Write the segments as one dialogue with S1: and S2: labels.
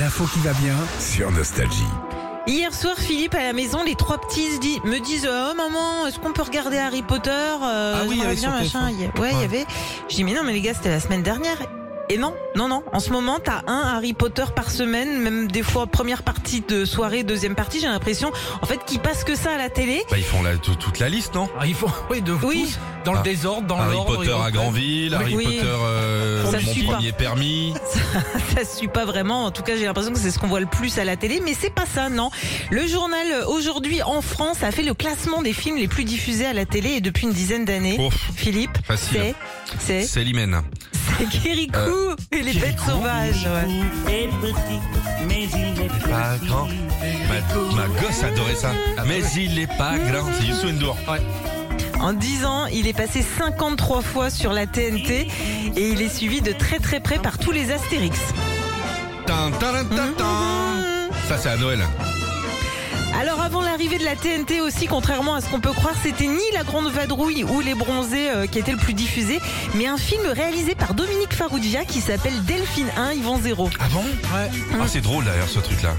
S1: L'info qui va bien sur Nostalgie.
S2: Hier soir, Philippe à la maison, les trois petits se di- me disent euh, Oh maman, est-ce qu'on peut regarder Harry Potter Euh,
S3: Ah oui,
S2: j'aimerais
S3: il y avait sur
S2: machin.
S3: TF1.
S2: Il y a- Ouais, il y
S3: Ouais.
S2: avait. Je dis Mais non, mais les gars, c'était la semaine dernière. Et non, non, non. En ce moment, t'as un Harry Potter par semaine, même des fois première partie de soirée, deuxième partie. J'ai l'impression, en fait, qu'ils passent que ça à la télé.
S3: Bah, ils font la- tout- toute la liste, non
S4: Alors, ils font Ah, oui, de
S2: Oui.
S4: tous, dans
S3: Ah.
S4: le désordre, dans
S3: Harry
S4: l'ordre. euh,
S3: Potter
S4: ils
S3: à
S4: reprennent.
S3: Grandville, Harry
S2: Oui.
S3: Potter euh,
S2: Ça
S3: mon
S2: suit pas.
S3: premier permis.
S2: ça se suit pas vraiment. En tout cas, j'ai l'impression que c'est ce qu'on voit le plus à la télé, mais c'est pas ça, non. Le journal euh, aujourd'hui en France a fait le classement des films les plus diffusés à la télé et depuis une dizaine d'années.
S3: Ouf,
S2: Philippe,
S3: facile.
S2: c'est c'est
S3: C'est l'hymen.
S2: c'est Kirikou et les bêtes
S3: Kirikou.
S2: sauvages. ouais.
S5: est petit, mais il est
S3: Pas
S5: petit.
S3: grand. Ma, ma gosse adorait ça. Mais il est pas grand. C'est Youssou N'Dour.
S2: En 10 ans, il est passé 53 fois sur la TNT et il est suivi de très très près par tous les Astérix.
S3: Tin, tin, tin, tin. Ça, c'est à Noël.
S2: Alors avant l'arrivée de la TNT aussi, contrairement à ce qu'on peut croire, c'était ni La Grande Vadrouille ou Les Bronzés euh, qui était le plus diffusé, mais un film réalisé par Dominique Farrugia qui s'appelle Delphine 1, Yvan Mmh. 0.
S3: Ah bon Ouais. Ah, c'est drôle d'ailleurs ce truc-là.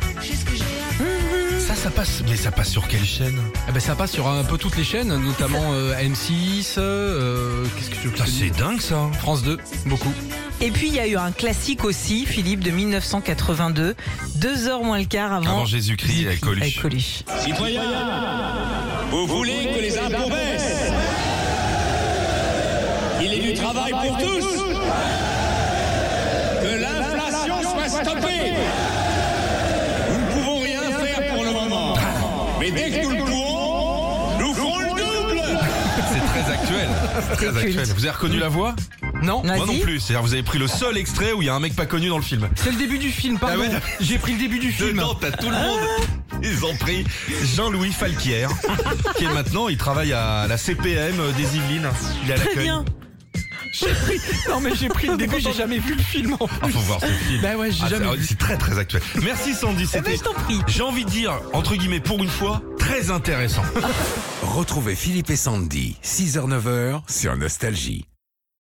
S3: Ça, ça passe. Mais ça passe sur quelle chaîne
S4: Ah ben, ça passe sur un peu toutes les chaînes, notamment euh, M6. euh, Qu'est-ce que tu veux que je
S3: Ça,
S4: te
S3: Ah, c'est
S4: dise
S3: dingue ça.
S4: France 2, beaucoup.
S2: Et puis il y a eu un classique aussi, Philippe, de 1982, deux heures moins le quart avant,
S3: Avant Jésus-Christ avec
S2: avec
S3: Coluche.
S2: Coluche.
S6: Citoyens, vous voulez que les impôts baissent Il est du travail pour tous Que l'inflation soit stoppée Nous ne pouvons rien faire pour le moment. Mais dès que nous le pourrons, nous ferons le double
S3: C'est très actuel. C'est
S2: C'est
S3: Très actuel.
S2: culte.
S3: Vous avez reconnu la voix
S4: Non,
S2: Ouais.
S3: Moi non
S2: Vas-y.
S3: plus. C'est-à-dire, vous avez pris le seul extrait où il y a un mec pas connu dans le film.
S4: c'est le début du film, pardon.
S3: Ah ouais.
S4: J'ai pris le début du film.
S3: Dedans, t'as tout le monde. Ils ont pris Jean-Louis Falquier, qui est maintenant, il travaille à la CPM des Yvelines. Il est à
S2: Très
S3: l'accueil.
S2: bien.
S4: Non mais j'ai pris le début, j'ai jamais vu le film en
S3: Ah,
S4: plus.
S3: faut voir ce film.
S4: Bah ouais, j'ai
S3: Ah, c'est-
S4: jamais
S3: ah,
S4: vu.
S3: c'est très très actuel. Merci Sandy,
S2: Eh ben,
S3: c'était.
S2: je t'en prie.
S3: J'ai envie de dire, entre guillemets, pour une fois, très intéressant.
S1: Retrouvez Philippe et Sandy, 6h-9h sur Nostalgie.